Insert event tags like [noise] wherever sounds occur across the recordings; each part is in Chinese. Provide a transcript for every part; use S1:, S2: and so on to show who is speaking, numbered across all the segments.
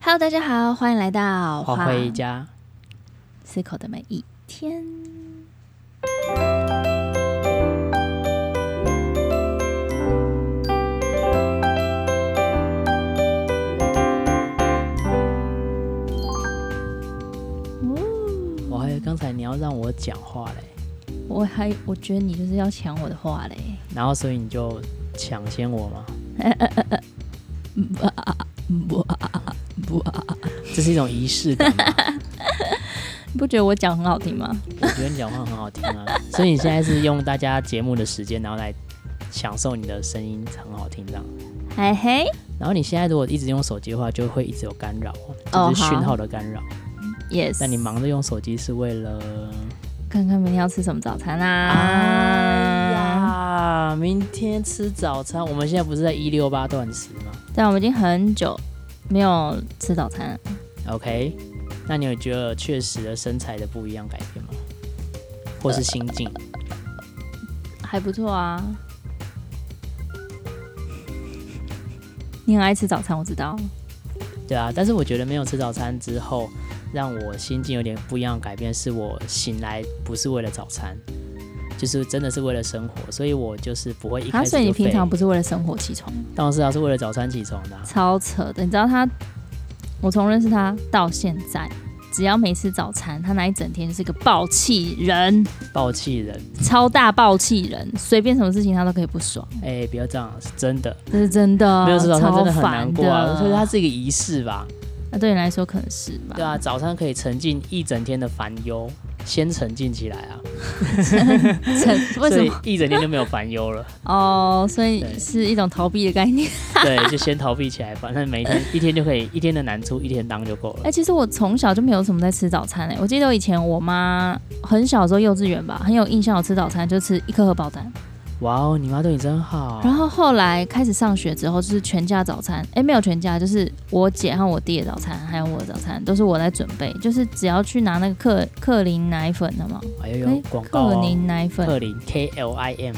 S1: Hello，大家好，欢迎来到
S2: 花卉一家。
S1: 思考的每一天。
S2: 我还有刚才你要让我讲话嘞，
S1: 我还我觉得你就是要抢我的话嘞，
S2: 然后所以你就抢先我嘛，
S1: 不
S2: 这是一种仪式感嘛。
S1: 你不觉得我讲很好听吗？
S2: 我觉得你讲话很好听啊，所以你现在是用大家节目的时间，然后来享受你的声音很好听这样。
S1: 嘿嘿，
S2: 然后你现在如果一直用手机的话，就会一直有干扰，
S1: 哦
S2: 就是讯
S1: 好
S2: 号的干扰。
S1: yes。
S2: 但你忙着用手机是为了……
S1: 看看明天要吃什么早餐啦、啊
S2: 哎呀，明天吃早餐。我们现在不是在一六八断食吗
S1: 但我们已经很久没有吃早餐了，
S2: ？OK，那你有觉得确实的身材的不一样改变吗？或是心境？
S1: 还不错 [laughs] 啊。你很爱吃早餐，我知道。
S2: 对啊，但是我觉得没有吃早餐之后，让我心境有点不一样的改变，是我醒来不是为了早餐，就是真的是为了生活，所以我就是不会一开
S1: 啊，
S2: 始
S1: 所以你
S2: 就废
S1: 平常不是为了生活起床？
S2: 当时啊是为了早餐起床
S1: [laughs]
S2: 的啊、
S1: 超扯的。你知道他，我从认识他到现在，只要没吃早餐，他那一整天就是个暴气人，
S2: 暴气人，
S1: 超大暴气人，随便什么事情他都可以不爽，
S2: 哎、不要这样，是真的，
S1: 这是真的。
S2: 没有吃早餐
S1: 啊超
S2: 真的很
S1: 烦
S2: 难过啊，
S1: 的
S2: 所以它是一个仪式吧，
S1: 那对你来说可能是吧？
S2: 对啊，早餐可以沉浸一整天的烦忧，先沉浸起来啊， [laughs]
S1: 成，为
S2: 所
S1: 什
S2: 以
S1: 么？
S2: 一整天就没有烦
S1: [laughs]
S2: 忧了，
S1: 哦，所以
S2: 对
S1: 是一种逃避的概念。
S2: 对，就先逃避起来，反正每天一天就可以一天的难处一天当就够了
S1: 哎、。其实我从小就没有什么在吃早餐哎、我记得我以前我妈很小的时候幼稚园吧，很有印象，我吃早餐就吃一颗荷包蛋。
S2: 哇哦，你妈对你真好。
S1: 然后后来开始上学之后，就是全家早餐，哎，没有全家，就是我姐和我弟的早餐，还有我的早餐，都是我在准备。就是只要去拿那个克克林奶粉的嘛，
S2: 哎呦
S1: 哎
S2: 呦，广告、
S1: 克
S2: 哦、
S1: 林奶粉，
S2: 克林 K L I M，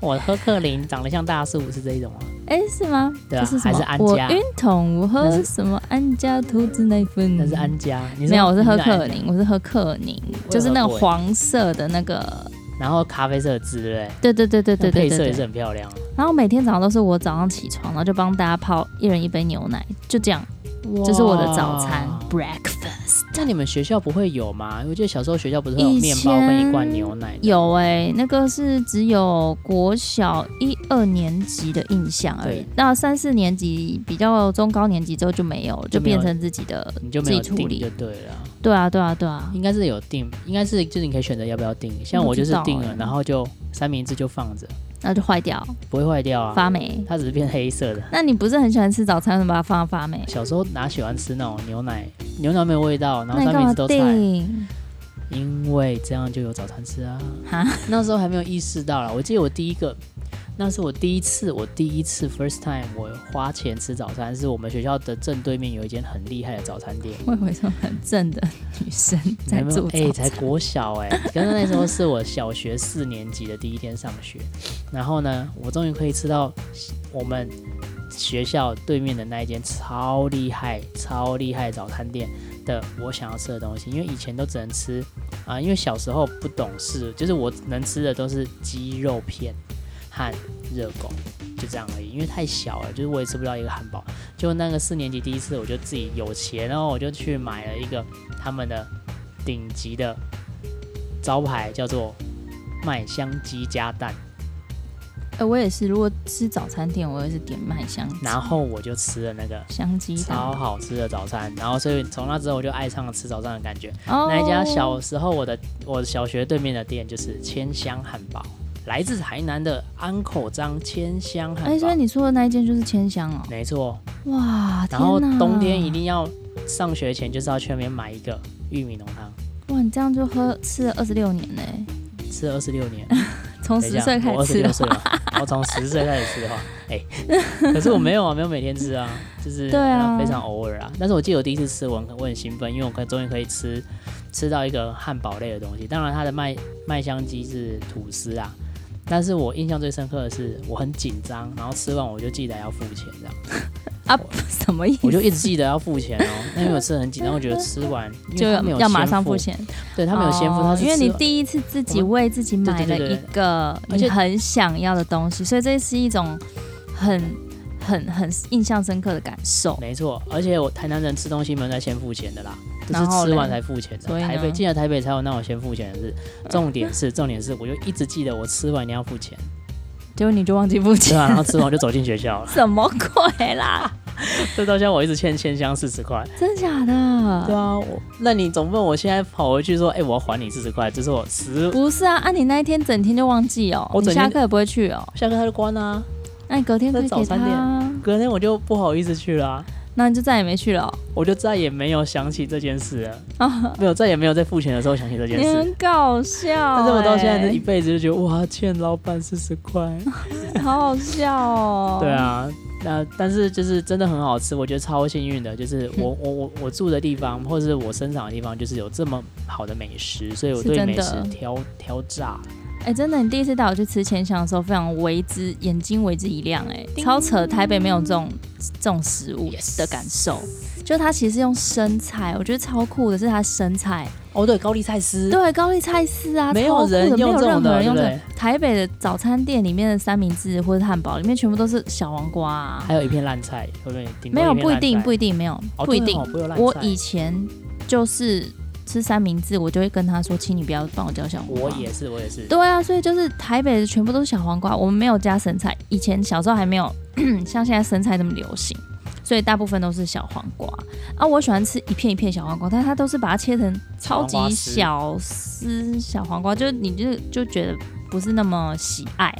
S2: 我喝克林长得像大树是这一种吗？
S1: 哎，是吗？
S2: 对啊
S1: 这是什么？
S2: 还是安
S1: 我
S2: 家
S1: 晕桶，我
S2: 那
S1: 喝
S2: 是
S1: 什么安家兔子奶粉？
S2: 那是安家，你
S1: 嗯没有，我是喝
S2: 你哪
S1: 克林，我是喝克林，就是那种黄色的那个，
S2: 然后咖啡色的汁，对不
S1: 对对对对
S2: 对？
S1: 对对
S2: 配色
S1: 对
S2: 也是
S1: 对。
S2: 很漂亮啊。
S1: 然后每天早上都是我早上起床，然后就帮大家泡一人一杯牛奶，就这样，这是我的早餐
S2: 哇
S1: breakfast。
S2: 那你们学校不会有吗？我记得小时候学校不是会有
S1: 以
S2: 面包
S1: 前
S2: 跟一罐牛奶的？
S1: 有哎、那个是只有国小一二年级的印象而已
S2: 对，
S1: 到三四年级比较中高年级之后就没有了，就
S2: 就没有
S1: 变成自己的
S2: 你就
S1: 自
S2: 没
S1: 己处
S2: 有订
S1: 理
S2: 就。对了，
S1: 对啊，对啊，对啊，
S2: 应该是有订，应该是就是你可以选择要不要订。像
S1: 我不
S2: 我就
S1: 知
S2: 是
S1: 道
S2: 订
S1: 哎
S2: 了，然后就三明治就放着，
S1: 那就坏掉
S2: 不会坏掉啊，
S1: 发霉。
S2: 它只是变黑色的。
S1: 那你不是很喜欢吃早餐，为什么把它放到发霉？
S2: 小时候哪喜欢吃那种牛奶，牛奶没有味道，然
S1: 那
S2: 后
S1: 你
S2: 三
S1: 干
S2: 明
S1: 嘛
S2: 治都菜，
S1: 订？
S2: 因为这样就有早餐吃啊。
S1: 哈，
S2: 那时候还没有意识到啦，我记得我第一个，那是我第一次，我第一次 first time 我花钱吃早餐，是我们学校的正对面有一间很厉害的早餐店。
S1: 我以为是很正的女生在
S2: 没有
S1: 做
S2: 哎、
S1: 早
S2: 才
S1: 餐。
S2: 国小哎、可是那时候是我小学四年级的第一天上学，然后呢，我终于可以吃到我们学校对面的那一间超厉害、超厉害早餐店的我想要吃的东西，因为以前都只能吃啊、因为小时候不懂事，就是我能吃的都是鸡肉片和热狗。就这样而已，因为太小了，就是我也吃不到一个汉堡。就那个四年级第一次，我就自己有钱，然后我就去买了一个他们的顶级的招牌叫做麦香鸡加蛋，
S1: 哎，我也是，如果吃早餐店，我也是点麦香鸡
S2: 然后我就吃了那个
S1: 香鸡蛋
S2: 超好吃的早餐，然后所以从那之后我就爱上了吃早餐的感觉。
S1: 哦
S2: 那一家小时候我的我小学对面的店就是千香汉堡，来自台南的安口张千香汉
S1: 哎，所以
S2: 堡，
S1: 你说的那一件就是千香哦。
S2: 没错。
S1: 哇，
S2: 然后
S1: 哪
S2: 冬天一定要上学前就是要去那边买一个玉米浓汤，
S1: 哇，你这样就喝吃了二十六年呢，
S2: 吃了二十六年。
S1: 从
S2: 等一
S1: 十
S2: 下
S1: 岁开
S2: 哎我
S1: 始啊
S2: 二十
S1: 吃
S2: 六。岁嘛，我从十岁开始吃的话，哎、可是我没有啊，没有每天吃啊，就是
S1: 对啊
S2: 呃非常偶尔啊。但是我记得我第一次吃，我很我很兴奋，因为我可以终于可以吃吃到一个汉堡类的东西。当然，它的麦麦香鸡是吐司啊，但是我印象最深刻的是我很紧张，然后吃完我就记得要付钱这样。
S1: 啊， [laughs] 什么意思？
S2: 我就一直记得要付钱哦。那因为我吃得很紧张，我觉得吃完因为
S1: 就
S2: 他没有
S1: 要马
S2: 先
S1: 上付，钱，
S2: 对他没有先付，他
S1: 哦
S2: 是
S1: 因为
S2: 吃
S1: 你
S2: 完
S1: 第一次自己
S2: 我们
S1: 为自己买了
S2: 对对
S1: 一
S2: 对
S1: 个
S2: 而且
S1: 你很想要的东西，所以这是一种很很很印象深刻的感受。
S2: 没错，而且我台南人吃东西没有在先付钱的啦，都
S1: 然后
S2: 是吃完
S1: 嘞
S2: 才付钱的。
S1: 所以呢
S2: 台北进了台北才有那种先付钱的事。重点是，重点是，我就一直记得我吃完你要
S1: [laughs]
S2: 付钱，
S1: 结果你就忘记付
S2: 吃
S1: 钱，
S2: 完然后吃完我就走进学校了。
S1: [laughs] 什么鬼啦？
S2: 这到现在我一直欠千香四十块。
S1: 真假
S2: 对
S1: 的？
S2: 啊，我那你总问我现在跑回去说，哎、我要还你四十块，这是我十
S1: 不是啊，啊，你那一天整天就忘记哦，
S2: 我
S1: 你
S2: 整
S1: 下
S2: 天
S1: 课也不会去哦，
S2: 下课他就关啦、
S1: 那你隔天
S2: 那
S1: 可以
S2: 早
S1: 给他
S2: 餐店
S1: 啊，
S2: 隔天我就不好意思去了啊、
S1: 那你就再也没去了哦。
S2: 我就再也没有想起这件事了，
S1: 啊
S2: 没有，再也没有在付钱的时候想起这件
S1: 你
S2: 事。
S1: 很搞笑、欸，
S2: 但是我到现在这一辈子就觉得，哇，欠老板四十块。
S1: 好好笑哦。
S2: 对，啊，那但是就是真的很好吃，我觉得超幸运的，就是我、我我我住的地方或者是我生长的地方，就是有这么好的美食，所以我
S1: 是
S2: 对
S1: 真
S2: 美
S1: 的
S2: 食挑挑炸。
S1: 哎、真的，你第一次带我去吃千香的时候，非常为之眼睛为之一亮、哎，超扯，台北没有这种这种食物的感受。就它其实用生菜，我觉得超酷的是它生菜，
S2: 哦，对，高丽菜丝，
S1: 对高丽菜丝啊，
S2: 没有
S1: 超酷的
S2: 人
S1: 没
S2: 用
S1: 有
S2: 这
S1: 任
S2: 种的
S1: 何人用这
S2: 对不
S1: 种。台北的早餐店里面的三明治或者汉堡里面全部都是小黄瓜、啊，
S2: 还有一片烂菜，会不会？顶多
S1: 没有
S2: 片
S1: 不一
S2: 烂
S1: 定
S2: 菜
S1: 不一定没有
S2: 哦
S1: 不一
S2: 真的
S1: 定
S2: 哦，不会有烂
S1: 我
S2: 菜
S1: 以前就是吃三明治，我就会跟他说，请你不要帮我叫小黄瓜。
S2: 我也是，我也是。
S1: 对啊，所以就是台北的全部都是小黄瓜，我们没有加生菜。以前小时候还没有 [clears throat] 像现在生菜这么流行，所以大部分都是小黄瓜。啊，我喜欢吃一片一片小黄瓜，但它都是把它切成超级小丝小黄瓜，就是你就就觉得不是那么喜爱。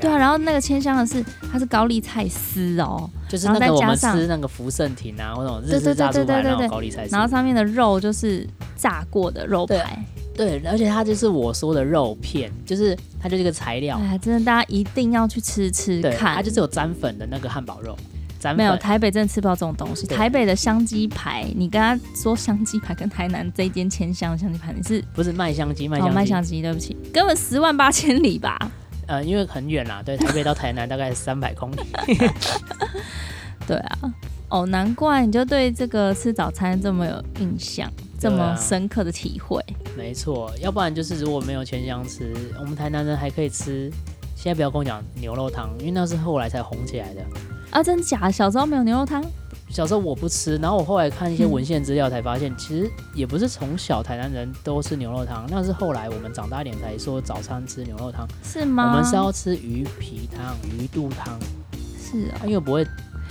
S1: 对啊，然后那个千香的是它是高丽菜丝哦，
S2: 就是
S1: 然后
S2: 那
S1: 再
S2: 个我
S1: 加
S2: 们
S1: 上
S2: 吃那个福盛亭啊，或那种
S1: 对
S2: 日
S1: 对
S2: 式炸
S1: 对
S2: 猪
S1: 对
S2: 排
S1: 对
S2: 那种
S1: 对
S2: 高丽菜丝
S1: 然。后上面的肉就是炸过的肉
S2: 对
S1: 排。
S2: 对，而且它就是我说的肉片，就是它就是一个材料
S1: 哎，呀，真的，大家一定要去吃吃
S2: 对，
S1: 看。
S2: 它就是有沾粉的那个汉堡肉，沾
S1: 没有
S2: 粉。
S1: 台北真的吃不到这种东西。
S2: 对
S1: 台北的香鸡排，你跟他说香鸡排跟台南这一间千香的香鸡排，你是
S2: 不是麦香鸡，麦
S1: 哦
S2: 香
S1: 卖
S2: 鸡，
S1: 香鸡，对不起，根本十万八千里吧。
S2: 呃，因为很远啦，对，台北到台南大概三百公里。
S1: 对啊，哦，难怪你就对这个吃早餐这么有印象，
S2: 啊
S1: 这么深刻的体会。
S2: 没错，要不然就是如果没有全香吃，我们台南人还可以吃。现在不要跟我讲牛肉汤，因为那是后来才红起来的。
S1: 啊，真假？小时候没有牛肉汤？
S2: 小时候我不吃，然后我后来看一些文献资料才发现，其实也不是从小台南人都吃牛肉汤，那是后来我们长大一点才说早餐吃牛肉汤，
S1: 是
S2: 我
S1: 吗？
S2: 们是要吃鱼皮汤、鱼肚汤，啊
S1: 是哦
S2: 因为我不会，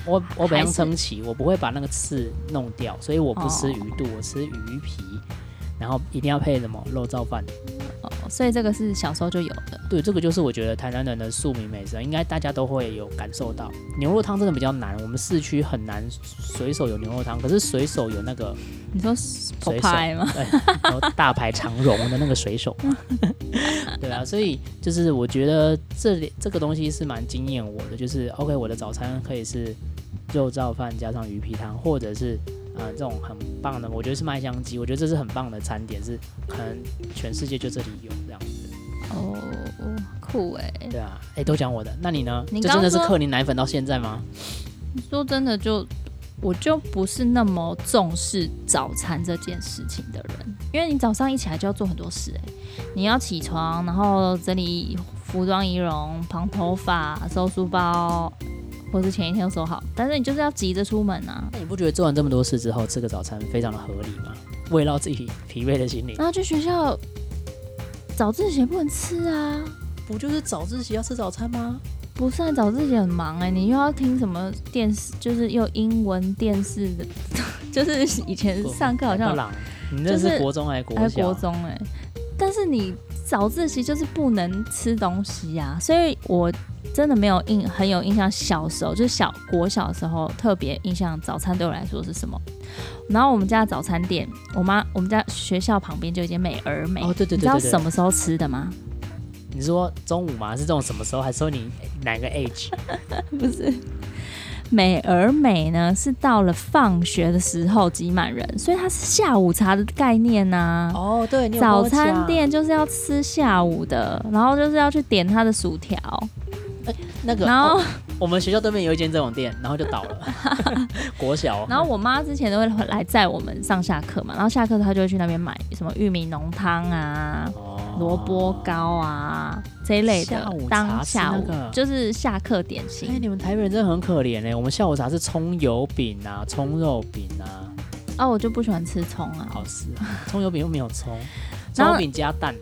S2: 我我北
S1: 还
S2: 方
S1: 是
S2: 撑起，我不会把那个刺弄掉，所以我不吃
S1: 哦
S2: 鱼肚，我吃鱼皮，然后一定要配什么肉燥饭。
S1: 哦，所以这个是小时候就有的。
S2: 对，这个就是我觉得台南人的庶民美食，应该大家都会有感受到。牛肉汤真的比较难，我们市区很难随手有牛肉汤，可是随手有那个
S1: 你说
S2: 手
S1: p 派吗？
S2: 对，然后大牌长荣的那个水手 [laughs] 嘛，对啊，所以就是我觉得这里这个东西是蛮惊艳我的，就是 OK，我的早餐可以是肉燥饭加上鱼皮汤，或者是呃这种很棒的，我觉得是麦香鸡，我觉得这是很棒的餐点，是可能全世界就这里有这样子，
S1: 哦，酷哎、
S2: 对啊，哎，都讲我的，那你呢？
S1: 你
S2: 就
S1: 刚
S2: 真的是
S1: 说
S2: 克林奶粉到现在吗？
S1: 说真的就，我就不是那么重视早餐这件事情的人，因为你早上一起来就要做很多事、欸，你要起床，然后整理服装仪容、绑头发、收书包，或是前一天就收好，但是你就是要急着出门啊，
S2: 那你不觉得做完这么多事之后，吃个早餐非常的合理吗？慰劳自己疲惫的心灵，
S1: 然后去学校早自习也不能吃啊，
S2: 不就是早自习要吃早餐吗？
S1: 不是啊早自习很忙哎、你又要听什么电视，就是又英文电视的， [laughs] 就是以前上课好像有
S2: 狼，你那
S1: 就是
S2: 是国中还是国
S1: 还
S2: 小？
S1: 国中哎、但是你早自习就是不能吃东西呀、所以我真的没有印很有印象，小时候就是小国小的时候特别印象早餐对我来说是什么。然后我们家的早餐店，我妈我们家学校旁边就有一间美而美，
S2: 哦，对对
S1: 你知
S2: 对
S1: 道
S2: 对
S1: 什
S2: 对，
S1: 么时候吃的
S2: [laughs]
S1: 吗？
S2: 你说中午吗？是这种什么时候？还是说你哪
S1: [laughs]
S2: 个 age？
S1: 不是。美而美呢，是到了放学的时候挤满人，所以它是下午茶的概念啊呐、
S2: 哦，对，你有跟我
S1: 早
S2: 讲
S1: 餐，店就是要吃下午的，然后就是要去点他的薯条，
S2: 那个，
S1: 然后、
S2: 哦 [laughs] 我们学校对面有一间这种店，然后就
S1: [laughs]
S2: 倒了，国小。
S1: 然后我妈之前都会来载我们上下课嘛，然后下课她就会去那边买什么玉米浓汤啊、
S2: 哦
S1: 萝卜糕啊这一类的，
S2: 下午茶
S1: 当下午
S2: 吃那个
S1: 就是下课点
S2: 哎、
S1: 心。
S2: 你们台北人真的很可怜哎、我们下午茶是葱油饼啊，葱肉饼啊，
S1: 啊，我就不喜欢吃葱啊。
S2: 好吃啊。
S1: [laughs]
S2: 葱油饼又没有葱，葱
S1: 然后
S2: 油饼加蛋。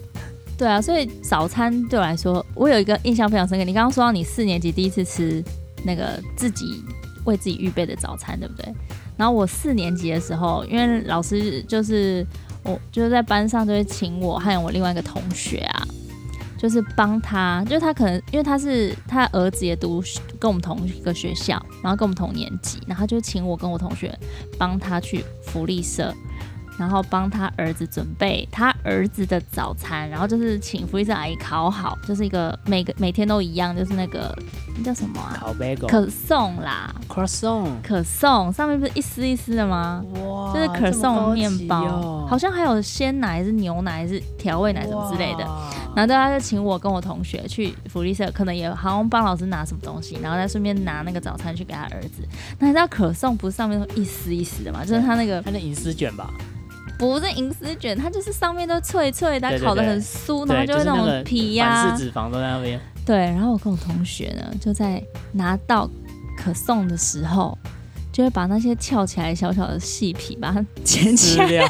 S1: 对啊，所以早餐对我来说，我有一个印象非常深刻。你刚刚说到你四年级第一次吃那个自己为自己预备的早餐，对不对？然后我四年级的时候，因为老师就是我就是在班上就会请我和我另外一个同学啊，就是帮他，就是他可能因为他是他儿子也读跟我们同一个学校，然后跟我们同年级，然后他就请我跟我同学帮他去福利社然后帮他儿子准备他儿子的早餐，然后就是请福利社阿姨烤好，就是一个每个每天都一样，就是那个那叫什么啊？
S2: 烤 bagel、
S1: 可颂啦，
S2: croissant，
S1: 可颂上面不是一丝一丝的吗？
S2: 哇
S1: 就是可颂面包，好像
S2: 像
S1: 还有鲜奶还是牛奶还是调味奶什么之类的。然后大家就请我跟我同学去福利社，可能也好像帮老师拿什么东西，然后再顺便拿那个早餐去给他儿子。那你知道可颂不是上面都一丝一丝的嘛？就是它那个
S2: 它那银丝卷吧，
S1: 不是银丝卷，它就是上面都脆脆的，
S2: 对对对
S1: 烤得很酥，然后
S2: 对，
S1: 就会
S2: 是那
S1: 种
S2: 个
S1: 皮呀、
S2: 反式脂肪都在那边。
S1: 对，然后我跟我同学呢，就在拿到可颂的时候，就会把那些翘起来小小的细皮把它捡起
S2: 资
S1: 来
S2: 料，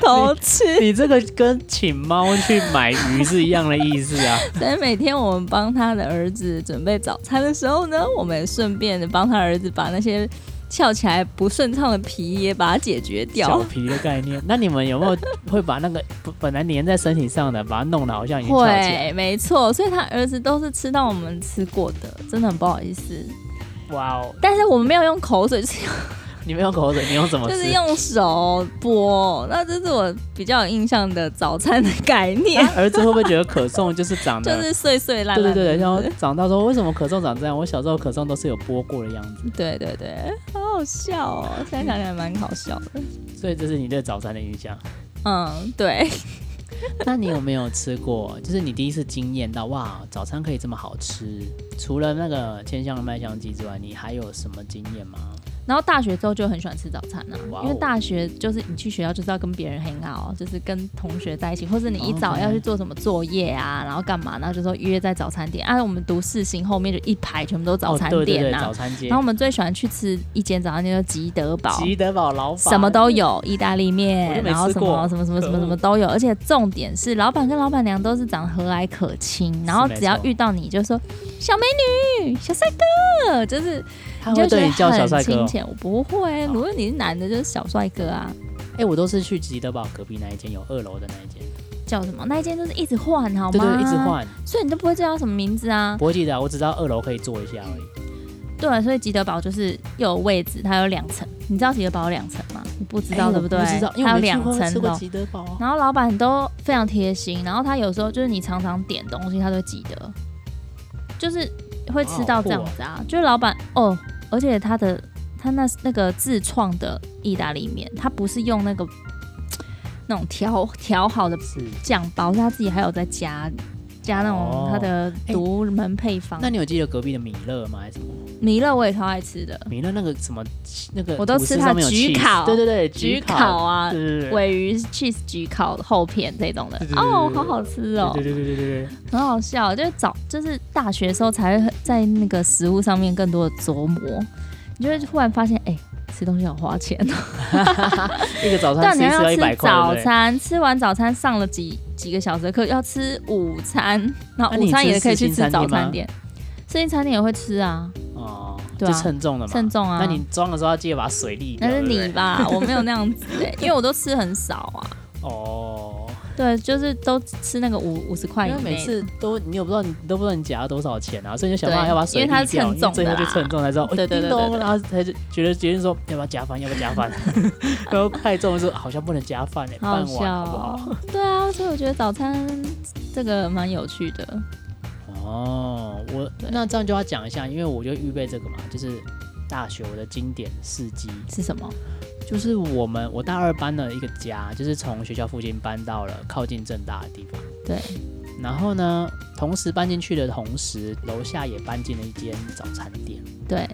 S1: 偷吃。
S2: [laughs] 你这个跟请猫去买鱼是一样的意思
S1: [laughs]
S2: 啊。
S1: 所以每天我们帮他的儿子准备早餐的时候呢，我们顺便的帮他儿子把那些翘起来不顺畅的皮也把它解决
S2: 小
S1: 掉。
S2: 皮的概念。那你们有没有会把那个本本来粘在身体上的，把它弄得好像已经翘起来？
S1: 会，没错，所以他儿子都是吃到我们吃过的，真的很不好意思。
S2: 哇哦！
S1: 但是我们没有用口水，就是
S2: 你们用口水，你用什么
S1: 就
S2: 吃？
S1: 是用手剥。那这是我比较有印象的早餐的概念， [laughs]
S2: 啊儿子会不会觉得可颂就是长
S1: 就
S2: 得？
S1: 是碎碎烂
S2: 对对
S1: 烂的。
S2: 对，然后长大说为什么可颂长这样？我小时候可颂都是有剥过的样子，
S1: 对对对，好好笑哦！现在想起来蛮好笑的。
S2: 所以这是你对早餐的印象。
S1: 嗯，对， [laughs]
S2: [laughs] 那你有没有吃过？就是你第一次惊艳到哇，早餐可以这么好吃？除了那个千香的麦香鸡之外，你还有什么经验吗？
S1: 然后大学之后就很喜欢吃早餐啊，
S2: 哇哦
S1: 因为大学就是你去学校就是要跟别人 hang out，就是跟同学在一起，或者你一早
S2: OK
S1: 要去做什么作业啊，然后干嘛，然后就说约在早餐店。啊，我们读四星后面就一排全部都早餐
S2: 哦、对对
S1: 店
S2: 对，
S1: 啊，
S2: 早餐街
S1: 然后，我们最喜欢去吃一间早餐店，叫吉德堡。
S2: 吉德堡老板
S1: 什么都有，意大利
S2: 我
S1: 面，
S2: 就没
S1: 然后
S2: 吃
S1: 什么
S2: 过嗯
S1: 什么什么什么
S2: 可恶
S1: 什么都有，而且重点是老板跟老板娘都是长得和蔼可亲，然后
S2: 没
S1: 只要
S2: 错
S1: 遇到你就说小美女、小帅哥，就是
S2: 他
S1: 你
S2: 会
S1: 就觉
S2: 对你叫
S1: 得
S2: 小
S1: 很
S2: 帅哥
S1: 亲
S2: 哦。
S1: 切。我不会，
S2: 好
S1: 如果你是男的，就是小帅哥啊，
S2: 哎、我都是去吉德堡隔壁那一间，有二楼的那一间，
S1: 叫什么？那一间就是一直换，好吗？
S2: 对对，一直，换，
S1: 所以你都不会知道什么名字啊。
S2: 不会记得啊，我只知道二楼可以坐一下而已。
S1: 对，啊所以吉德堡就是又有位置，它有两层。你知道吉德堡有两层吗？你不知道、
S2: 哎
S1: 对不对？
S2: 我不知道，因为
S1: 它
S2: 我
S1: 有
S2: 没去
S1: 两
S2: 过吃
S1: 层
S2: 过
S1: 楼。
S2: 吉德堡啊。
S1: 然后老板都非常贴心，然后他有时候就是你常常点东西，他都记得，就是会吃到这样子啊。就是老板哦，而且他的他那那个自创的意大利面，他不是用那个那种调调好的
S2: 是，
S1: 酱包，是他自己还有在加加那种
S2: 哦
S1: 他的独门配方。
S2: 那你有记得隔壁的米勒吗？还是什么？
S1: 米勒我也超爱吃的，
S2: 米勒那个什么那个，
S1: 我都吃它
S2: 有
S1: 焗
S2: cheese
S1: 烤
S2: 对对对，
S1: 焗烤
S2: 烤，
S1: 啊
S2: 对，对对对。
S1: 尾鱼 cheese 焗烤厚片这种的
S2: 对对，对
S1: 哦，
S2: 对对
S1: 好好吃哦。
S2: 对对对对对对，
S1: 很好笑，就是早就是大学的时候才会在那个食物上面更多的琢磨，你就会忽然发现，哎、吃东西要花钱。
S2: 一个早
S1: 对啊，
S2: 餐吃
S1: 你
S2: 一次要
S1: 要
S2: 一百
S1: 吃
S2: 块，
S1: 早
S2: 对不对
S1: 餐，吃完早餐上了几几个小时的课，要吃午餐，然后
S2: 那你
S1: 午餐
S2: 吃
S1: 也可以去
S2: 四星
S1: 吃早
S2: 餐厅吗
S1: 餐店，四星餐厅也会吃啊，
S2: 哦，
S1: 对啊
S2: 就称重了嘛，
S1: 称重啊。
S2: 那你装的时候要记得把水沥掉，
S1: 那是
S2: 对不
S1: 你
S2: 对？
S1: 吧， [laughs] 我没有那样子、哎，因为我都吃很少啊。
S2: 哦，
S1: 对，就是都吃那个五五十块以
S2: 因为
S1: 内
S2: 每
S1: 的。
S2: 次都你也不知道你都不知道你夹了多少钱啊，所以就想办法
S1: 对
S2: 要把水
S1: 因为它
S2: 沥
S1: 是
S2: 掉，
S1: 称
S2: 因为
S1: 重
S2: 最后
S1: 的
S2: 就
S1: 啦
S2: 称重才知道，哦
S1: 对对对
S2: 叮咚
S1: 对对
S2: 然后才就觉得决定说要不要加饭，要不要加
S1: [laughs]
S2: 饭，然后太重了说好像不能加饭哎，
S1: 好好
S2: 半
S1: 笑
S2: 碗好不
S1: 哦
S2: 好？
S1: 对啊，所以我觉得早餐这个蛮有趣的。
S2: 哦，我那这样就要讲一下，因为我就预备这个嘛，就是大学我的经典事迹，
S1: 是什么？
S2: 就是我们我大二搬了一个家，就是从学校附近搬到了靠近正大的地方。
S1: 对，
S2: 然后呢，同时搬进去的同时，楼下也搬进了一间早餐店，
S1: 对，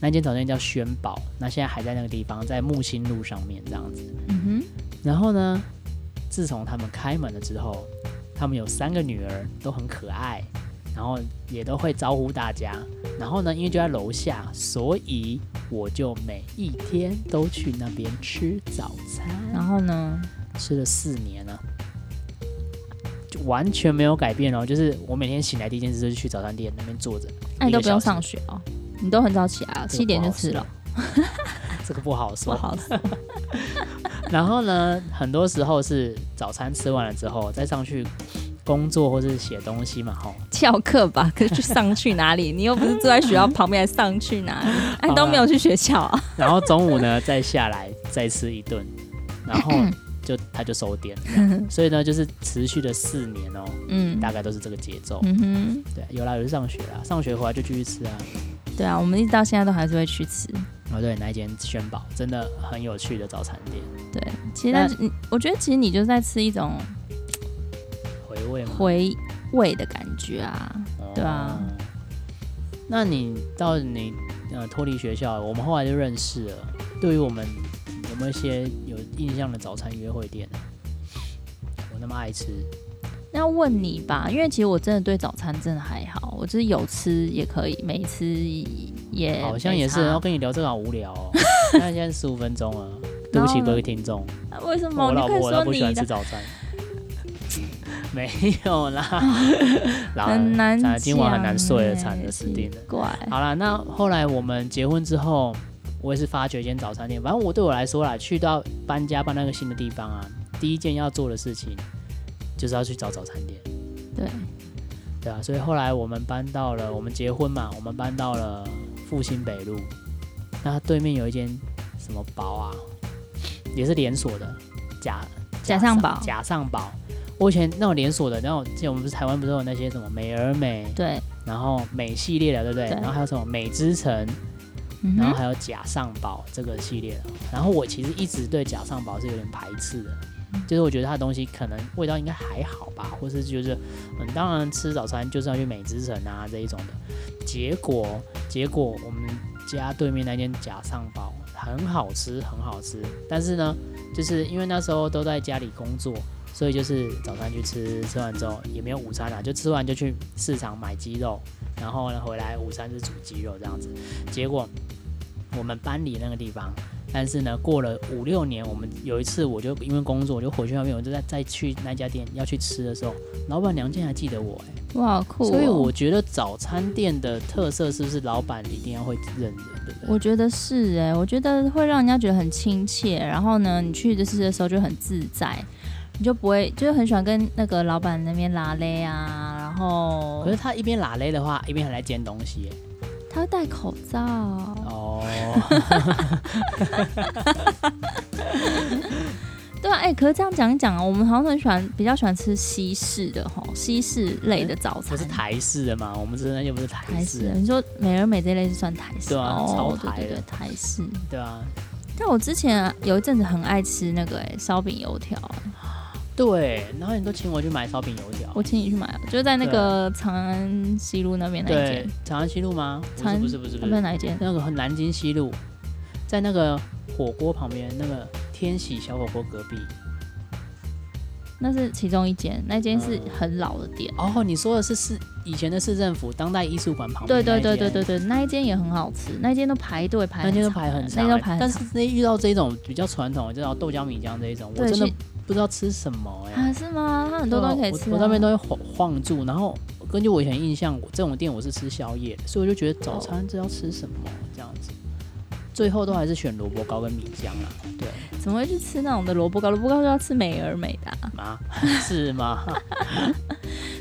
S2: 那间早餐店叫轩宝，那现在还在那个地方，在木星路上面这样子。
S1: 嗯
S2: 然后呢，自从他们开门了之后，他们有三个女儿都很可爱，然后也都会招呼大家。然后呢，因为就在楼下，所以我就每一天都去那边吃早
S1: 哼，
S2: 餐，
S1: 然后呢？
S2: 吃了四年了。就完全没有改变哦，就是我每天醒来第一件事就是去早餐店那边坐着，
S1: 那你都不用
S2: 一个小时
S1: 上学哦，你都很早起啊，七点就吃了，
S2: 这个不好
S1: 不
S2: 说。
S1: 好意 [laughs] 思。
S2: 然后呢，很多时候是早餐吃完了之后再上去工作或是写东西嘛，吼，
S1: 翘课吧，可是去上去哪里？你又不是住在学校旁边，还上去哪 [laughs] 里？哎，你都没有去学校啊？
S2: 然后中午
S1: [laughs]
S2: 呢再下来再吃一顿，然后
S1: 嗯
S2: 就他就收店
S1: [laughs]
S2: 这样，所以呢就是持续了四年哦，
S1: 嗯
S2: 大概都是这个节奏。
S1: 嗯哼，
S2: 对，有啦有去上学啦，上学回来就继续吃啊。
S1: 对啊，我们一直到现在都还是会去吃。
S2: 哦，对，那一间轩宝真的很有趣的早餐店，
S1: 对，其实但是你，我觉得其实你就是在吃一种
S2: 回味嘛。
S1: 回味的感觉啊。
S2: 哦
S1: 对啊。
S2: 那你到你呃脱离学校，我们后来就认识了。对于我们有没有一些有印象的早餐约会店呢？我那么爱吃，
S1: 那要问你吧，因为其实我真的对早餐真的还好，我就是有吃也可以，没吃也
S2: 好像也是。
S1: 没
S2: 然后
S1: 差啊
S2: 跟你聊这个好无
S1: [laughs]
S2: 聊哦。那现在十五分钟了，对不
S1: 然
S2: 起
S1: 后呢
S2: 各位听众，
S1: 啊为什么？
S2: 我
S1: 你
S2: 老
S1: 可
S2: 婆
S1: 以
S2: 我老
S1: 说
S2: 婆喜
S1: 你
S2: 欢吃
S1: 的
S2: 早餐。 [laughs] 没
S1: [laughs]
S2: 有啦，
S1: 嗯
S2: 啦
S1: 很难
S2: 惨
S1: 讲哎欸，
S2: 了今晚很难睡了，惨了，死定了
S1: 奇。怪，
S2: 好啦，那后来我们结婚之后，我也是发掘一间早餐店。反正我对我来说啦，去到搬家搬到一个新的地方啊，第一件要做的事情就是要去找早餐店，
S1: 对，
S2: 对啊。所以后来我们搬到了，我们结婚嘛，我们搬到了复兴北路，那它对面有一间什么宝啊，也是连锁的，假
S1: 假上宝
S2: 假上宝。我以前那种连锁的，然后记得我们不是台湾不是有那些什么美而美，
S1: 对，
S2: 然后美系列的，对不对？
S1: 对
S2: 然后还有什么美之城，
S1: 嗯
S2: 然后
S1: 哼，
S2: 还有假上宝这个系列的。然后我其实一直对假上宝是有点排斥的，就是我觉得它的东西可能味道应该还好吧，或是就是嗯，当然吃早餐就是要去美之城啊这一种的。结果结果我们家对面那间假上宝很好吃，很好吃。但是呢，就是因为那时候都在家里工作。所以就是早餐去吃，吃完之后也没有午餐啦，啊就吃完就去市场买鸡肉，然后呢回来午餐是煮鸡肉这样子。结果我们搬离那个地方，但是呢，过了五六年，我们有一次我就因为工作，我就回去那边，我就在再去那家店要去吃的时候，老板娘竟然还记得我、欸，
S1: 哇，好酷哦！
S2: 所以我觉得早餐店的特色是不是老板一定要会认人，对不对？
S1: 我觉得是哎、我觉得会让人家觉得很亲切，然后呢，你去吃的时候就很自在，你就不会就是很喜欢跟那个老板那边拉勒啊，然后
S2: 可是他一边拉勒的话，一边还来煎东西、欸，
S1: [laughs] 他会戴口罩，
S2: 哦，
S1: 对啊，哎、可是这样讲一讲啊，我们好像很喜欢比较喜欢吃西式的吼，西式类的早餐，
S2: 不是台式的嘛，我们真的又不是台
S1: 台式
S2: 式的，
S1: 的，你说美而美这类是算台式，
S2: 对啊超
S1: 哦，对
S2: 台
S1: 对对
S2: 的，
S1: 台式。
S2: 对啊，
S1: 但我之前、啊、有一阵子很爱吃那个哎、烧饼油条，
S2: 对，然后你都请我去买烧饼油条，
S1: 我请你去买啊，就在那个长安西路那边那一间
S2: 对。，长安西路吗？不
S1: 长
S2: 是
S1: 安
S2: 不是不是
S1: 那
S2: 不是
S1: 边，哪一间？
S2: 那个南京西路，在那个火锅旁边那个天喜小火锅隔壁。
S1: 那是其中一间，那间是
S2: 嗯
S1: 很老的店。
S2: 哦，你说的是市以前的市政府当代艺术馆旁
S1: 对
S2: 嗯边
S1: 对
S2: 那一
S1: 对对
S2: 间
S1: 对，对，那一间也很好吃，那一间都排队排
S2: 那
S1: 很
S2: 间都
S1: 长
S2: 排很
S1: 的
S2: 长
S1: 那
S2: 欸，
S1: 间都排很
S2: 但
S1: 长。
S2: 是那遇到这种比较传统，就叫豆浆米浆这一种，我
S1: 对
S2: 真的
S1: 其
S2: 不知道吃什么哎、
S1: 啊，是吗？它很多
S2: 对啊
S1: 东西可以吃、啊
S2: 我我那边都会晃晃住，然后根据我以前印象，我这种店我是吃宵夜的，所以我就觉得早餐这要吃什么这样子，最后都还是选萝卜糕跟米浆啊，对。
S1: 怎么会去吃那种的萝卜糕？萝卜糕就要吃美而美的、啊。
S2: 吗？
S1: [laughs]
S2: 是吗？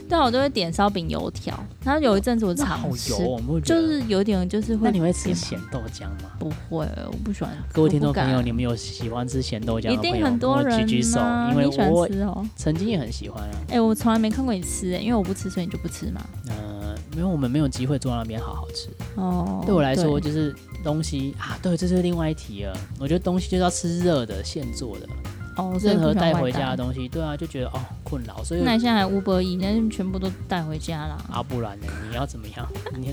S1: 对啊，我都会点烧饼油条。然后有一阵子我
S2: 那好
S1: 常吃，
S2: 油哦，我们会觉
S1: 就
S2: 得。
S1: 是有点就是
S2: 那
S1: 会
S2: 你会吃
S1: 变
S2: 咸豆浆吗？
S1: 不会，我不喜欢。
S2: 各位听众
S1: 我不敢
S2: 朋友，你们有喜欢吃咸豆浆的
S1: 一
S2: 朋友，
S1: 定很多
S2: 跟我
S1: 人
S2: 举举手，
S1: 啊
S2: 因为
S1: 你喜欢
S2: 我
S1: 吃哦。
S2: 曾经也很喜欢啊。
S1: 哎、我从来没看过你吃、欸，因为我不吃，所以你就不吃嘛。
S2: 呃，因为我们没有机会坐到那边好好吃。
S1: 哦，
S2: 对我来说，就是东西啊，对，这是另外一题了。我觉得东西就是要吃热的，现做的。
S1: 哦，所以
S2: 任
S1: 不
S2: 何
S1: 喜欢
S2: 带
S1: 外
S2: 回家的东西，对啊，就觉得哦困扰，所以
S1: 那你现在还无博弈，那就全部都带回家啦。
S2: 啊不然呢，你要怎么样？ [laughs] 你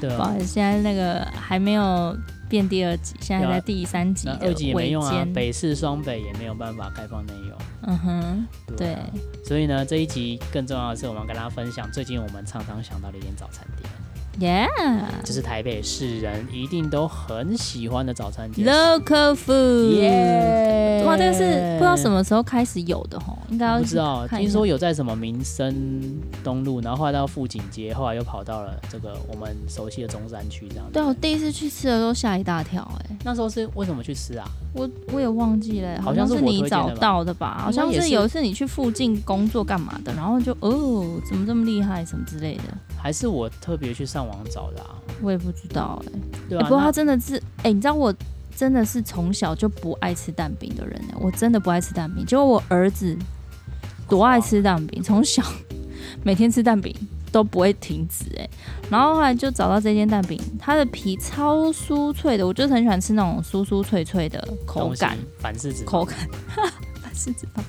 S2: 对
S1: 不
S2: 啊，
S1: 好意思，现在那个还没有变第二集，现在
S2: 对啊
S1: 在第三集
S2: 那
S1: 的
S2: 二级也没
S1: 尾
S2: 用啊
S1: 间，。
S2: 北市双北也没有办法开放内容，
S1: 嗯哼，
S2: 对
S1: 对
S2: 啊。所以呢，这一集更重要的是，我们要跟大家分享最近我们常常想到的一间早餐店，
S1: ，Yeah，local
S2: 就是台北市人一定都很喜欢的早餐店。
S1: food，
S2: 耶
S1: 哇，这个是不知道什么时候开始有的吼，应该
S2: 我
S1: 要
S2: 不知道，
S1: 看一
S2: 听
S1: 下
S2: 说有在什么民生东路，然后后来到富锦街，后来又跑到了这个我们熟悉的中山区这样子。
S1: 对啊，我第一次去吃的时候吓一大跳、哎，
S2: 那时候是为什么去吃啊？
S1: 我我也忘记了、
S2: 好
S1: 好
S2: 像
S1: 像
S2: 是
S1: 是
S2: 我
S1: 你
S2: 推荐
S1: 找
S2: 的吧
S1: 到的吧？好像
S2: 应该也是
S1: 是有一次你去附近工作干嘛的，然后就哦，怎么这么厉害，什么之类的，
S2: 还是我特别去上网找的啊？
S1: 我也不知道、哎、
S2: 对
S1: 哎
S2: 啊，
S1: 不过
S2: 那
S1: 他真的是，哎、你知道我真的是从小就不爱吃蛋饼的人、哎，我真的不爱吃蛋饼，结果我儿子多爱吃蛋饼，从小每天吃蛋饼。都不会停止哎、然后后来就找到这间蛋饼，它的皮超酥脆的，我就是很喜欢吃那种酥酥脆脆的口
S2: 东西
S1: 感，
S2: 反式脂肪
S1: 口
S2: [laughs]
S1: 感， [laughs] 反式脂肪，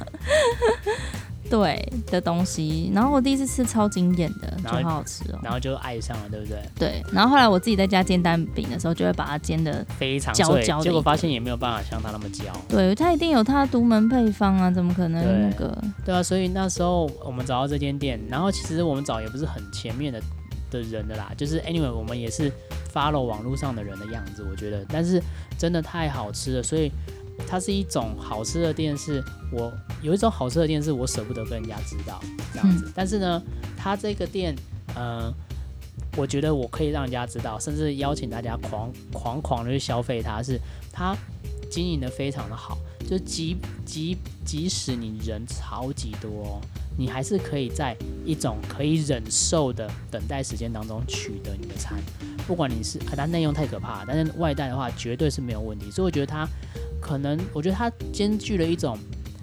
S1: 对的东西。然后我第一次吃超惊艳的，
S2: 然
S1: 就
S2: 后
S1: 好好吃哦。
S2: 然后就爱上了，对不对？
S1: 对，然后后来我自己在家煎蛋饼的时候，就会把它煎的，
S2: 非常
S1: 焦
S2: 脆，
S1: 焦的
S2: 结果
S1: 一
S2: 发
S1: 点
S2: 现也没有办法像它那么焦。
S1: 对，它一定有它的独门配方啊，怎么可能
S2: 对
S1: 那个？
S2: 对啊，所以那时候我们找到这间店，然后其实我们找也不是很前面的的人的啦，就是 anyway 我们也是 follow 网络上的人的样子，我觉得，但是真的太好吃了，所以它是一种好吃的店，是我有一种好吃的店是我舍不得跟人家知道这样子，但是呢，它这个店，呃。我觉得我可以让人家知道，甚至邀请大家狂狂狂的去消费它，是它经营的非常的好，就即即
S1: 啊
S2: 即使你人超级多、哦，你还是可以在一种可以忍受的等待时间当中取得你的餐。不管你是啊，它内用太可怕，但是外带的话绝对是没有问题。所以我觉得它可能，我觉得它兼具了一种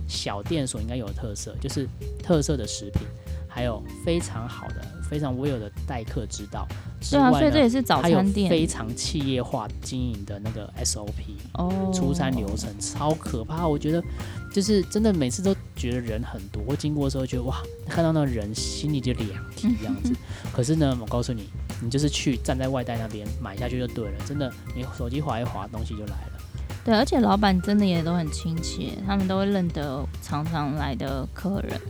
S2: 小店所应该有的特色，就是特色的食品，还有非常好的、非常 well 的待客之道。之
S1: 对啊，
S2: 外
S1: 所以
S2: 呢
S1: 这也是早
S2: 它有
S1: 餐店
S2: 非常企业化经营的那个 SOP。
S1: 哦，
S2: 出餐流程超可怕，我觉得就是真的每次都觉得人很多，我经过的时候觉得哇，看到那个人心里就凉皮这样子。
S1: [laughs]
S2: 可是呢，我告诉你，你就是去站在外带那边买下去就对了，真的，你手机划一划，东西就来了。
S1: 对，而且老板真的也都很亲切，他们都会认得常常来的客人，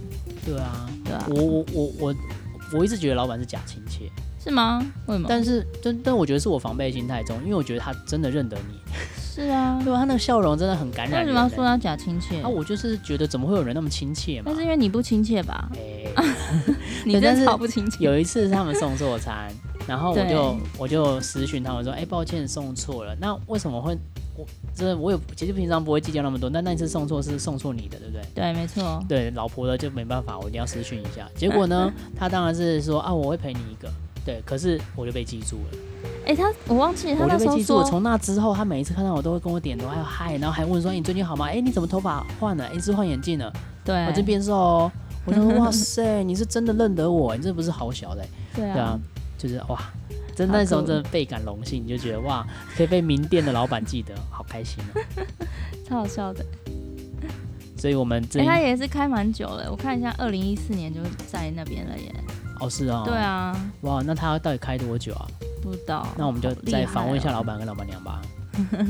S2: 对啊，
S1: 对啊，哦
S2: 我我我我我一直觉得老板是假亲切，
S1: 是吗？为什么？
S2: 但是但但我觉得是我防备心太重，因为我觉得他真的认得你，
S1: 是啊，
S2: 对吧、他那个笑容真的很感
S1: 为
S2: 染
S1: 什
S2: 人
S1: 么要
S2: 欸。
S1: 说他假亲切
S2: 啊，？我就是觉得怎么会有人那么亲切嘛
S1: 但？是啊因为你不亲切吧？
S2: 哎、
S1: 你
S2: [laughs] 对但
S1: 真
S2: 是
S1: 的超不亲切。
S2: 有一次是他们送错餐，然后我
S1: 对
S2: 就我就私讯他们说，哎、抱歉送错了。那为什么会我真的我有其实平常不会计较那么多，但那一次送错是送错你的，对不对？
S1: 对，没错。
S2: 对，老婆的就没办法，我一定要私讯一下。结果呢，他当然是说啊，我会赔你一个。对，可是我就被记住了，
S1: 哎、他我忘记了 [laughs] 他
S2: 我
S1: 那
S2: 就
S1: 时
S2: 被
S1: 候
S2: 记住了。
S1: 说，
S2: 从那之后，他每一次看到我都会跟我点头，还有嗨，然后还问说哎你最近好吗？哎、你怎么头发换了？哎、是换眼镜了？
S1: 对，
S2: 我这变瘦哦。我就说哇塞，你是真的认得我，你这不是好小的、
S1: 对
S2: 对
S1: 啊
S2: 啊，，就是哇，真
S1: 好
S2: 那时候
S1: 酷
S2: 真的倍感荣幸，你就觉得哇，可以被名店的老板记得，好开心哦。
S1: 超好笑的。
S2: 所以我们这
S1: 哎、
S2: 一、
S1: 他也是开蛮久了，我看一下，二零一四年就在那边了耶。
S2: 哦是哦，
S1: 对，啊，
S2: 哇，那他到底开多久啊？
S1: 不知道。
S2: 那我们就
S1: 好厉害
S2: 再访问一下
S1: 哦
S2: 老板跟老板娘
S1: [laughs]
S2: 吧。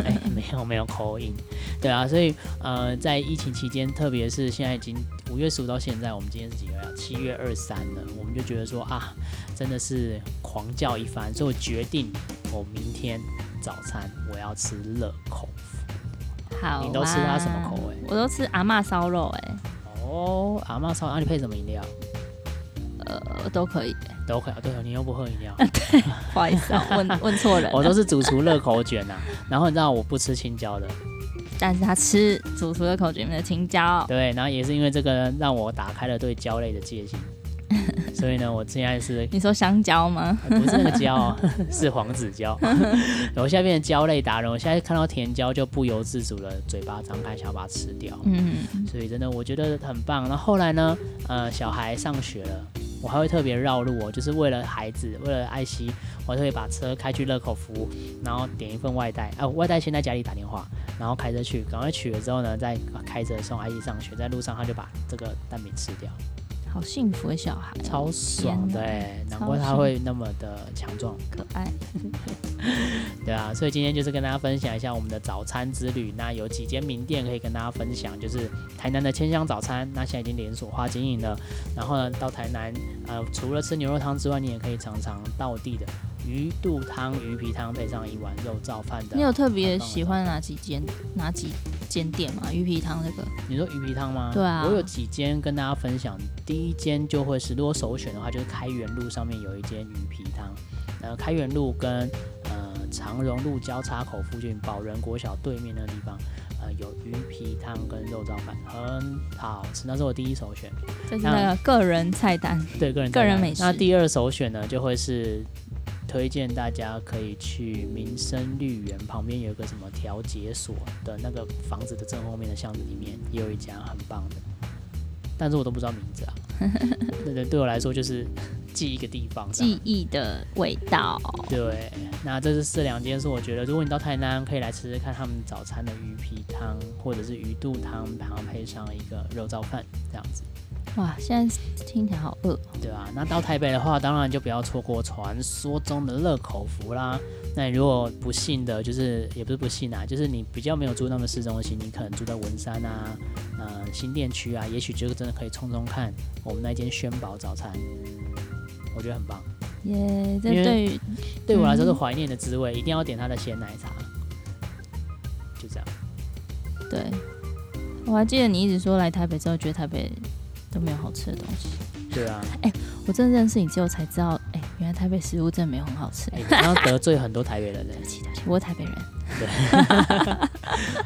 S2: 哎，没有没有口音，对啊，所以呃，在疫情期间，特别是现在已经五月十五到现在，我们今天是几月啊？七月二三了，我们就觉得说啊，真的是狂叫一番，所以我决定我明天早餐我要吃热口
S1: 好啊，
S2: 你都吃它什么口味
S1: 我都吃阿嬷烧肉、哎，
S2: 哦，阿妈烧，那、你配什么饮料？
S1: 呃，都可以。
S2: 都可以。对哦，你又不喝饮料，
S1: 不好意思、啊，
S2: [laughs]
S1: 问问错人了。
S2: 我都是主厨热口卷呐、然后你知道我不吃青椒的，
S1: 但是他吃主厨的口诀里面的青椒。
S2: 对，然后也是因为这个让我打开了对椒类的戒心，所以呢，我现在是
S1: 你说香蕉吗？
S2: 不是那个椒哦， [laughs] 是黄子椒。我现在变成椒类达人，我现在看到甜椒就不由自主的嘴巴张开想要把它吃掉，
S1: 嗯，
S2: 所以真的我觉得很棒。然后后来呢，呃，小孩上学了，我还会特别绕路哦，就是为了孩子，为了爱惜，我特别把车开去乐口福，然后点一份外带，啊，外带先在家里打电话，然后开车去，赶快取了之后呢，再开车送阿姨上学，在路上他就把这个蛋饼吃掉，
S1: 好幸福的小孩哦，
S2: 超爽
S1: 天
S2: 的
S1: 哪
S2: 哎，难
S1: 超
S2: 怪他
S1: 爽
S2: 会那么的强壮。
S1: 可爱。
S2: 对啊，所以今天就是跟大家分享一下我们的早餐之旅。那有几间名店可以跟大家分享，就是台南的千香早餐，那现在已经连锁化经营了。然后呢，到台南，呃，除了吃牛肉汤之外，你也可以尝尝道地的鱼肚汤、鱼皮汤，配上一碗肉燥饭啊的。
S1: 你有特别喜欢哪几间哪几间店吗？鱼皮汤这个
S2: 你说鱼皮汤吗？
S1: 对啊
S2: 我有几间跟大家分享。第一间就会是，如果首选的话，就是开元路上面有一间鱼皮汤。呃，开元路跟呃长荣路交叉口附近宝仁国小对面那个地方，呃有鱼皮汤跟肉燥饭，很好吃，那是我第一首选。
S1: 这是那个个人菜单，
S2: 对个人
S1: 个人
S2: 菜单
S1: 美食
S2: 那第二首选呢，就会是推荐大家可以去民生绿园旁边有一个什么调解所的那个房子的正后面的巷子里面，也有一家很棒的，但是我都不知道名
S1: [laughs]
S2: 字啊。对对，对我来说就是记一个地方这样。
S1: 记忆的味道。
S2: 对，那这是这两间是我觉得，如果你到台南，可以来吃吃看他们早餐的鱼皮汤或者是鱼肚汤，然后配上一个肉燥饭这样子。
S1: 哇，现在听起来好饿哦。
S2: 对啊，那到台北的话，当然就不要错过传说中的乐口福啦。那你如果不幸的，就是也不是不幸啊，就是你比较没有住那么市中心，你可能住在文山啊、呃新店区啊，也许就真的可以冲冲看我们那间轩宝早餐，我觉得很棒。
S1: 耶、这
S2: 因为
S1: 对于
S2: 对我来说是
S1: 嗯
S2: 怀念的滋味，一定要点它的鲜奶茶，就这样。
S1: 对，我还记得你一直说来台北之后，觉得台北都没有好吃的东西。
S2: 对啊，
S1: 我真的认识你之后才知道，哎、原来台北食物真的没有很好吃。
S2: 哎、你要得罪很多台北人欸嘞
S1: 对。不起，对不起，我是台北人。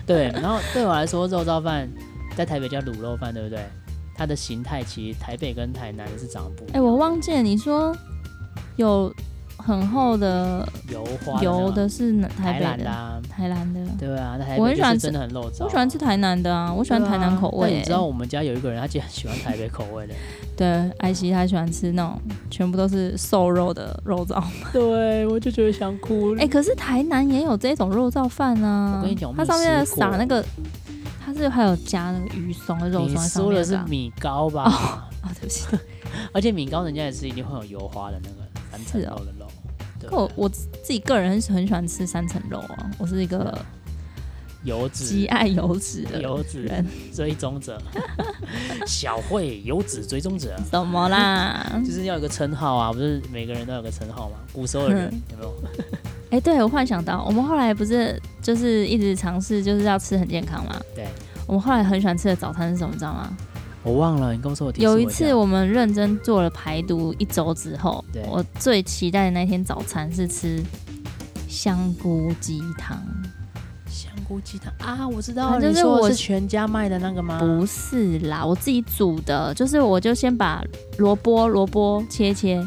S2: 对，然后对我来说，肉燥饭在台北叫卤肉饭，对不对？它的形态其实台北跟台南是长得不一
S1: 哎、
S2: 样。
S1: 我忘记了你说有很厚的
S2: 油花
S1: 油
S2: 的
S1: 的是哪
S2: 那种
S1: 台
S2: 啊台
S1: 北
S2: 南
S1: 的
S2: 的、，啊，
S1: 台南的。
S2: 对啊，那台
S1: 我
S2: 北
S1: 很喜
S2: 就
S1: 欢
S2: 是
S1: 吃
S2: 真的很肉燥啊。
S1: 我喜欢吃台南的啊，我喜欢台南口
S2: 对啊
S1: 味、欸
S2: 但你知道我们家有一个人，他竟然喜欢台北口味的。
S1: 对，艾希她喜欢吃那种全部都是瘦肉的肉燥。
S2: 嗯对，我就觉得想哭
S1: 哎、可是台南也有这种肉燥饭啊。
S2: 我跟你讲我
S1: 它
S2: 没有
S1: 上面
S2: 吃过
S1: 撒那个，它是还有加那个鱼松 [laughs] 的肉松
S2: 你
S1: 在上
S2: 说
S1: 面
S2: 的是
S1: 啊
S2: 米糕吧？
S1: 哦，对不起，
S2: 而且米糕人家也是一定会有油花的那
S1: [laughs]
S2: 个三层
S1: 是哦
S2: 肉的肉。对 [laughs]
S1: 我我自己个人很喜很喜欢吃三层肉啊，我是一个
S2: 油
S1: 极
S2: 脂
S1: 爱油脂的
S2: 油脂
S1: 人，
S2: 追
S1: [laughs]
S2: 踪者，小慧油脂追踪者。
S1: 怎么
S2: [laughs]
S1: 啦？
S2: 就是要有个称号啊，不是每个人都有个称号吗？古时候的人
S1: 嗯
S2: 有没有？
S1: 哎、对我忽然想到，我们后来不是就是一直尝试就是要吃很健康嘛？
S2: 对，
S1: 我们后来很喜欢吃的早餐是什么，你知道吗？
S2: 我忘了，你跟我说我提示
S1: 有一
S2: 我
S1: 次
S2: 下
S1: 我们认真做了排毒一周之后
S2: 对，
S1: 我最期待的那天早餐是吃香菇鸡汤，
S2: 香菇鸡汤啊，我知道，
S1: 啊就是
S2: 你说的
S1: 我
S2: 是全家卖的那个吗？
S1: 不是啦，我自己煮的，就是我就先把萝卜萝卜切切，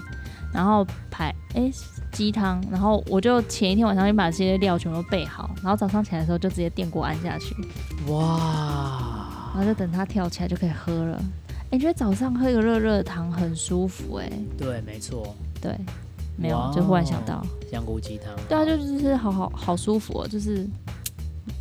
S1: 然后排哎鸡汤，然后我就前一天晚上先把这些料全部备好，然后早上起来的时候就直接电锅按下去，
S2: 哇，
S1: 然后就等它跳起来就可以喝了。哎，你觉得早上喝一个热热的汤很舒服哎、
S2: 对，没错，
S1: 对，没
S2: 哇
S1: 有
S2: 哦
S1: 就忽然想到。
S2: 香菇鸡汤。
S1: 对啊，就就是好好好舒服哦，就是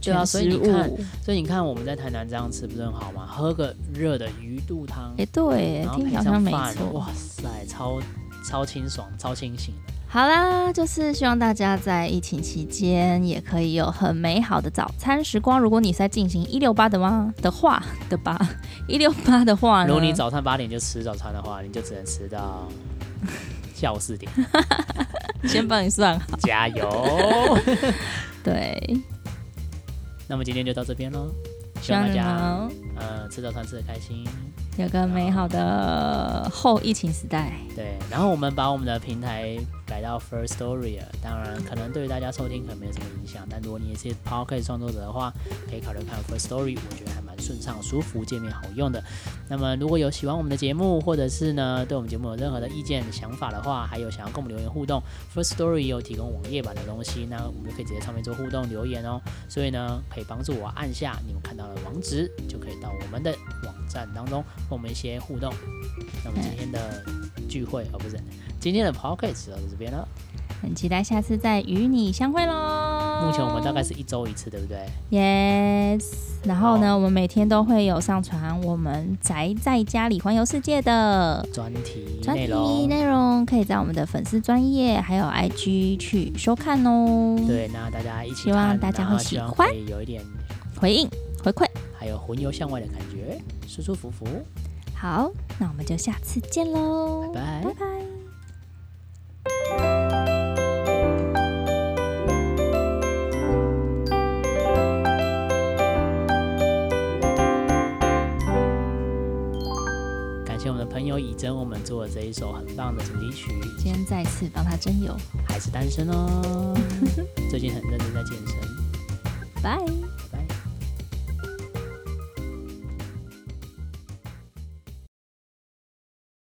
S2: 对啊
S1: 全
S2: 所以你
S1: 食物
S2: 看所以你看我们在台南这样吃不是很好吗？喝个热的鱼肚汤
S1: 哎、，对，
S2: 然后
S1: 听
S2: 配
S1: 起来好像
S2: 上
S1: 没
S2: 饭，哦
S1: 错。
S2: 哇塞，超超清爽，超清醒的。
S1: 好啦，就是希望大家在疫情期间也可以有很美好的早餐时光。如果你是在进行一六八的吗的话的吧， [laughs] 一六八的话呢，
S2: 如果你早上八点就吃早餐的话，你就只能吃到下午四
S1: [laughs]
S2: 点，
S1: [laughs] 先帮你算好。[laughs]
S2: 加油！
S1: 对，
S2: 那么今天就到这边喽，希
S1: 希
S2: 望
S1: 望
S2: 大
S1: 你
S2: 家
S1: 们
S2: 呃吃早餐吃的开心。
S1: 有个美好的后疫情时代。
S2: 对，然后我们把我们的平台改到 First Story 了，当然可能对于大家收听可能没有什么影响，但如果你也是 Podcast 创作者的话，可以考虑看 First Story，我觉得还蛮顺畅、舒服、界面好用的。那么如果有喜欢我们的节目，或者是呢对我们节目有任何的意见、想法的话，还有想要跟我们留言互动，First Story 也有提供网页版的东西，那我们就可以直接上面做互动留言哦。所以呢，可以帮助我按下你们看到的网址，就可以到我们的网站当中，跟我们一些互动。那我们今天的聚会哦，不是今天的 p o c k e t 就到这边了。
S1: 很期待下次再与你相会喽。
S2: 目前我们大概是一周一次，对不对？
S1: yes，然后呢，
S2: 好
S1: 我们每天都会有上传我们宅在家里环游世界的
S2: 专题
S1: 专
S2: 内
S1: 题
S2: 容。
S1: 内容，可以在我们的粉丝专业还有 IG 去收看哦。，
S2: 对，那大家一起
S1: 希望
S2: 看
S1: 大家
S2: 然后
S1: 会
S2: 希望
S1: 喜欢
S2: 可以有一点，
S1: 回应回馈。
S2: 还有魂游向外的感觉，舒舒服服。
S1: 好，那我们就下次见喽，
S2: 拜拜
S1: 哦拜拜。
S2: 感谢我们的朋友以真，我们做了这一首很棒的主题曲。
S1: 今天再次帮他增油， [laughs]
S2: 还是单身哦，最近很认真在健身。
S1: 拜。